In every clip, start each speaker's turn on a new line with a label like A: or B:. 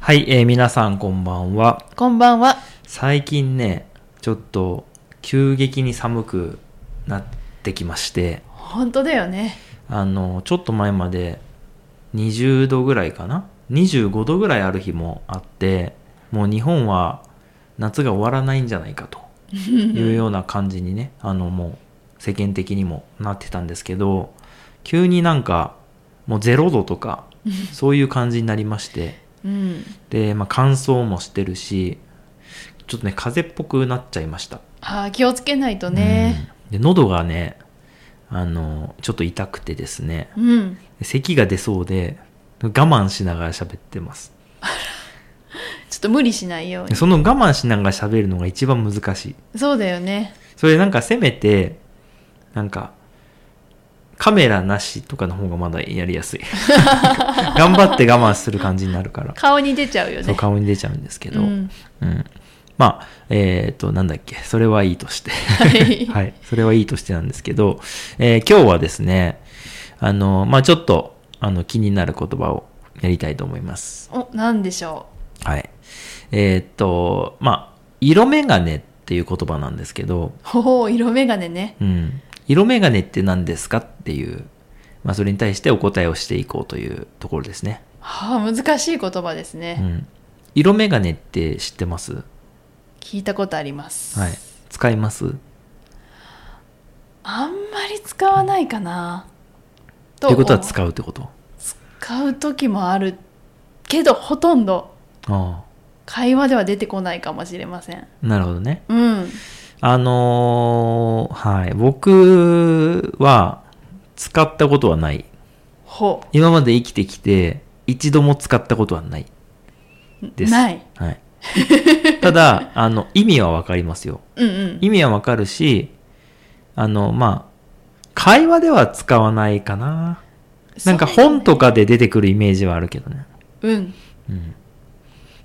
A: はい、えー皆さんこんばんは。
B: こんばんは。
A: 最近ね、ちょっと急激に寒くなってきまして、
B: 本当だよね。
A: あの、ちょっと前まで20度ぐらいかな ?25 度ぐらいある日もあって、もう日本は夏が終わらないんじゃないかというような感じにね、 あのもう世間的にもなってたんですけど、急になんかもう0度とか、そういう感じになりまして、
B: うん。
A: で、まあ、乾燥もしてるしちょっとね風邪っぽくなっちゃいました
B: ああ、気をつけないとね。
A: うんで喉がねあのちょっと痛くてですね
B: うん。
A: 咳が出そうで我慢しながら喋ってます
B: ちょっと無理しないよう
A: で
B: に。
A: その我慢しながら喋るのが一番難しい
B: そうだよね。
A: それでなんかせめてなんかカメラなしとかの方がまだやりや すい頑張って我慢する感じになるから
B: 顔に出ちゃうよ
A: そう
B: ね。
A: 顔に出ちゃうんですけど、
B: うん
A: うん。まあ、えっ、と、なんだっけ、それはいいとして。
B: い
A: はい。それはいいとしてなんですけど、えー今日はですね、あの、まあちょっと、あの、気になる言葉をやりたいと思います。
B: お、なんでしょ
A: はい。えっ、と、まあ色眼鏡っていう言葉なんですけど、
B: う。ほう、色眼鏡ね。
A: うん。色眼鏡って何ですかっていう、まあそれに対してお答えをしていこうというところですね。
B: はあ、難しい言葉です
A: う
B: ね。
A: ん。色眼鏡って知ってます
B: 聞いたことあります。
A: はい。使います
B: あんまり使わないかな。
A: ということは
B: う。
A: 使うってこと
B: 使う時もあるけど、ほとんど
A: あ
B: 会話では出てこないかもしれません。
A: あ、なるほどね。
B: うん。
A: あのーはい、僕は使ったことはない。
B: ほ
A: 今まで生きてきて、一度も使ったことはない。
B: う。
A: です。
B: ない。
A: はい。た だ、あの、意味はわかりますよ。
B: うんうん。
A: 意味はわかるし、あの、まあ、会話では使わないかな。なんか本とかで出てくるイメージはあるけどね。
B: うん。
A: うん、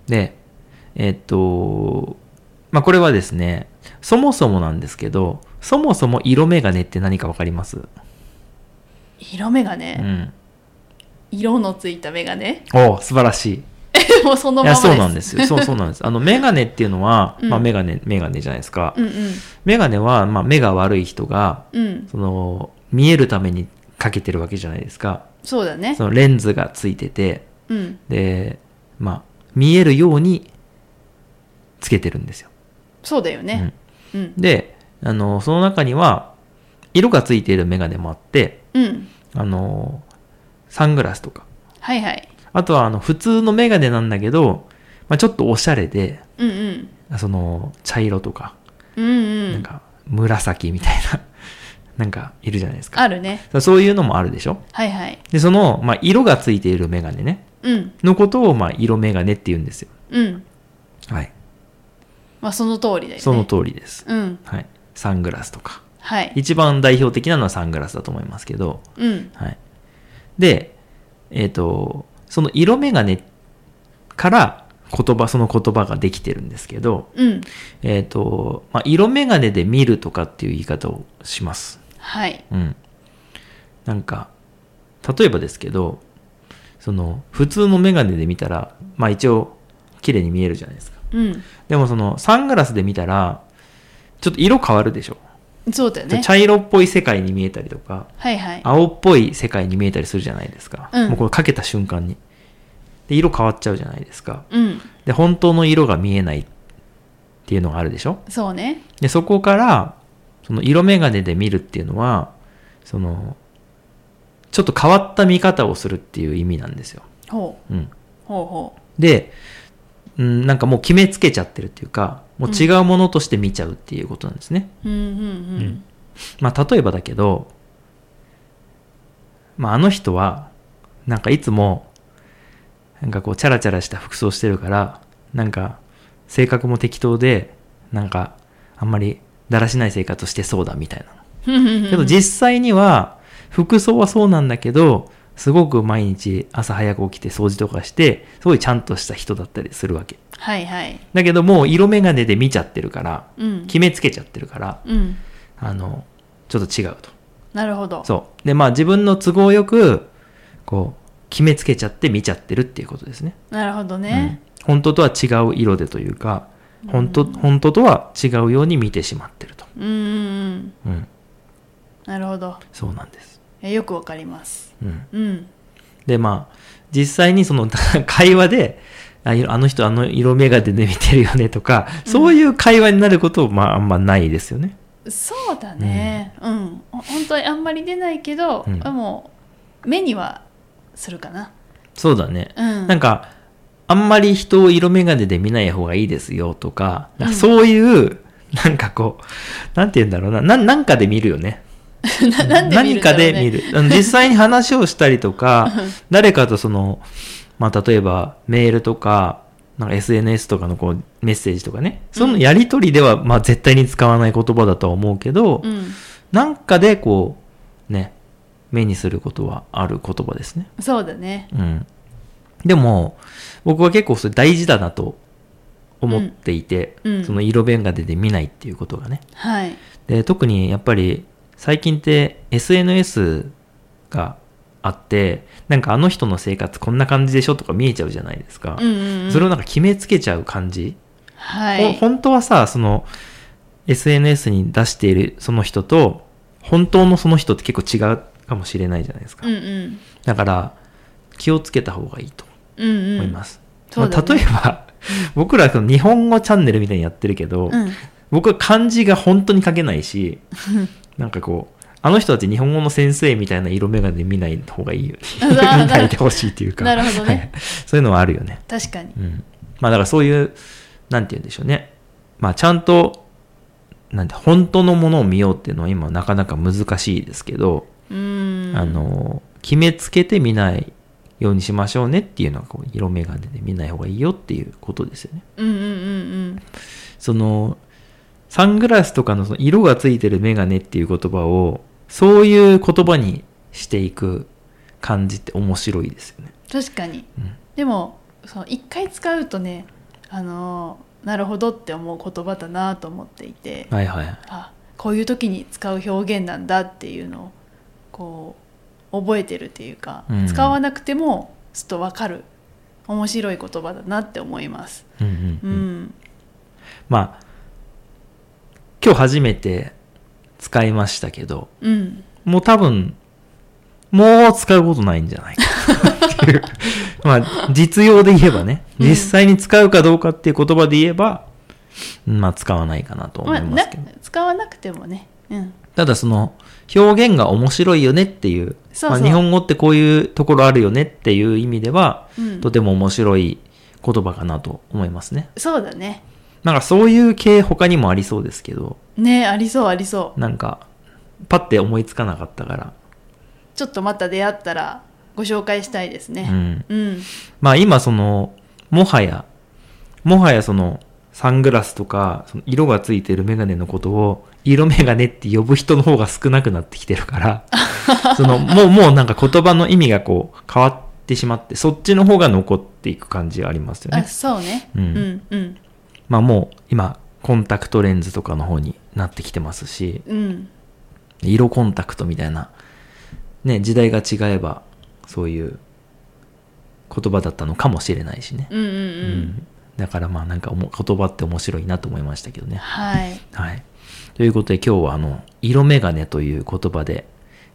A: でえっとまあこれはですねそもそもなんですけどそもそも色眼鏡って何か分かります、
B: 色眼
A: う
B: 鏡、
A: ん、
B: 色のついた眼鏡
A: おう素晴らしいい
B: もうそのま
A: や
B: まです
A: そうなんですよ そうそうなんですあの眼鏡っていうのは、
B: うん
A: まあ、眼鏡眼鏡じゃないですか、
B: うんうん
A: 眼鏡は、まあ、目が悪い人が
B: うん
A: その見えるためにかけてるわけじゃないですか
B: そうだね
A: そのレンズがついてて
B: うん
A: でまあ見えるようにつけてるんですよ、
B: そうだよ
A: うん
B: ね、うん、
A: で、あの、その中には、色がついているメガネもあって、
B: うん
A: あの、サングラスとか。
B: はいはい
A: あとは、あの、普通のメガネなんだけど、まあ、ちょっとおしゃれで、
B: うんうん
A: その、茶色とか、
B: うんう
A: なん
B: ん
A: か、紫みたいな、 なんか、いるじゃないですか。
B: あるね
A: そういうのもあるでしょ
B: はいはい
A: で、その、まあ、色がついているメガネね、
B: うん
A: のことを、まあ、色メガネって言うんですよ。
B: うん
A: はい。
B: まあその通りだよね
A: その通りです。
B: うん
A: はい。サングラスとか。
B: はい
A: 一番代表的なのはサングラスだと思いますけど、
B: うん
A: はい。で、えっ、と、その色眼鏡から言葉、その言葉ができてるんですけど、
B: うん
A: えっ、と、まあ、色眼鏡で見るとかっていう言い方をします。
B: はい
A: うん。なんか、例えばですけど、その、普通の眼鏡で見たら、まあ一応、綺麗に見えるじゃないですか。
B: うん
A: でもその、サングラスで見たら、ちょっと色変わるでしょ。
B: そうだよね
A: 茶色っぽい世界に見えたりとか、
B: はいはい
A: 青っぽい世界に見えたりするじゃないですか、
B: うん
A: もうこれかけた瞬間にで色変わっちゃうじゃないですか
B: うん
A: で本当の色が見えないっていうのがあるでしょ
B: そうね
A: でそこからその色眼鏡で見るっていうのはそのちょっと変わった見方をするっていう意味なんですよ、
B: ほ
A: うん、
B: うほうほ
A: で、うん、なんかもう決めつけちゃってるっていうかもう違うものとして見ちゃうっていうことなんですね、
B: ううんうん
A: うん
B: う
A: んまあ、例えばだけど、まあ、あの人は、なんかいつも、なんかこう、チャラチャラした服装してるから、なんか、性格も適当で、なんか、あんまりだらしない生活をしてそうだみたいな。けど実際には、服装はそうなんだけど、すごく毎日朝早く起きて掃除とかして、すごいちゃんとした人だったりするわけ。
B: はいはい
A: だけどもう色眼鏡で見ちゃってるから、
B: うん
A: 決めつけちゃってるから、
B: うん
A: あの、ちょっと違うと。
B: なるほど
A: そう。で、まあ自分の都合よく、こう、決めつけちゃって見ちゃってるっていうことですね。
B: なるほど
A: うん
B: ね、
A: 本当とは違う色でというか、本当、本当とは違うように見てしまってると。
B: うんうんうん
A: うん。
B: なるほど
A: そうなんです。
B: いやよくわかります
A: うん。
B: うん
A: で、まあ、実際にその 会話で、あいあの人あの色眼鏡で見てるよねとか、そういう会話になること、まあ、あんまないですよね。
B: そうだねうん、ほん、本当にあんまり出ないけど、
A: うん
B: もう目にはするかな
A: そうだね。
B: うん
A: なんか、あんまり人を色眼鏡で見ない方がいいですよとか、なんか
B: うん
A: そういう、なんかこう、なんて言うんだろうな、ななんかで見るよね。
B: ななんで
A: 何
B: 見るんだ
A: か
B: ろうね
A: で見る。あの実際に話をしたりとか、誰かとその、まあ、例えばメールとか、なんか SNS とかのこうメッセージとかね、そのやりとりでは、まあ絶対に使わない言葉だとは思うけど、
B: うん
A: なんかでこう、ね、目にすることはある言葉ですね。
B: そうだね
A: うん。でも、僕は結構それ大事だなと思っていて、
B: うんうん
A: その色弁が出て見ないっていうことがね。
B: はい
A: で、特にやっぱり最近って SNS があって、なんかあの人の生活こんな感じでしょとか見えちゃうじゃないですか。
B: うんうんうん
A: それをなんか決めつけちゃう感じ。
B: は
A: ほ
B: い
A: 本当はさ、その SNS に出しているその人と、本当のその人って結構違うかもしれないじゃないですか。
B: うんうん
A: だから、気をつけた方がいいと。
B: うんうん
A: 思います。
B: そう
A: ま
B: だ
A: あ、例え
B: ね
A: ば、僕らその日本語チャンネルみたいにやってるけど、
B: うん
A: 僕は漢字が本当に書けない し、なんかこう、あの人たち日本語の先生みたいな色眼鏡で見ない方がいいよね。
B: なる ほど
A: 見ないでほしいっていうか。
B: なるほどね
A: はい。そういうのはあるよね。
B: 確かに
A: うん。まあだからそういう、なんて言うんでしょうね。まあちゃんと、なんて、本当のものを見ようっていうのは今なかなか難しいですけど、
B: うん
A: あの、決めつけて見ないようにしましょうねっていうのは、こう、色眼鏡で見ない方がいいよっていうことですよね。
B: うんうんうん
A: その、サングラスとかのその色がついてる眼鏡っていう言葉を、そういう言葉にしていく感じって面白いですよね。
B: 確かに
A: うん
B: でもそう一回使うとねあのなるほどって思う言葉だなと思っていて、
A: はいはい。
B: あこういう時に使う表現なんだっていうのをこう覚えてるっていうか、
A: うん
B: 使わなくてもちょっとわかる面白い言葉だなって思います。
A: うんう、
B: うん
A: うん。
B: ん、
A: まあ、今日初めて使いましたけど、
B: うん、
A: もう多分、もう使うことないんじゃ ないかっていう。まあ、実用で言えばね、
B: うん
A: 実際に使うかどうかっていう言葉で言えば、まあ使わないかなと思
B: まあ
A: いま
B: な
A: すけど。
B: 使わなくてもね、うん、
A: ただその、表現が面白いよねっていう、
B: そうそう
A: まあ、日本語ってこういうところあるよねっていう意味では、
B: うん
A: とても面白い言葉かなと思いますね。
B: そうだね。
A: なんかそういう系他にもありそうですけど、
B: ねありそうありそう。
A: なんか、パッて思いつかなかったから、
B: ちょっとまた出会ったらご紹介したいです
A: う
B: ね。
A: ん。
B: うん、
A: まあ今その、もはや、もはやその、サングラスとか、その色がついてるメガネのことを、色メガネって呼ぶ人の方が少なくなってきてるから、その、もう、もうなんか言葉の意味がこう、変わってしまって、そっちの方が残っていく感じがありますよ
B: あ
A: ね。
B: そうね。
A: う
B: うんんうん
A: まあもう、今、コンタクトレンズとかの方になってきてますし、
B: うん
A: 色コンタクトみたいな、ね、時代が違えば、そういう言葉だったのかもしれないしね。
B: うんうんう。
A: うんん、だからまあなんかおも言葉って面白いなと思いましたけどね。
B: はい
A: はい。ということで今日はあの、色眼鏡という言葉で、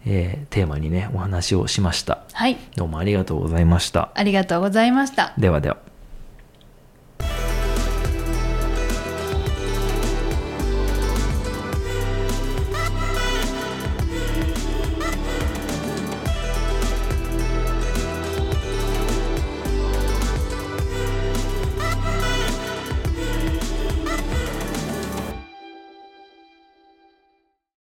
A: えーテーマにね、お話をしました。
B: はい
A: どうもありがとうございました。
B: ありがとうございました。
A: ではでは。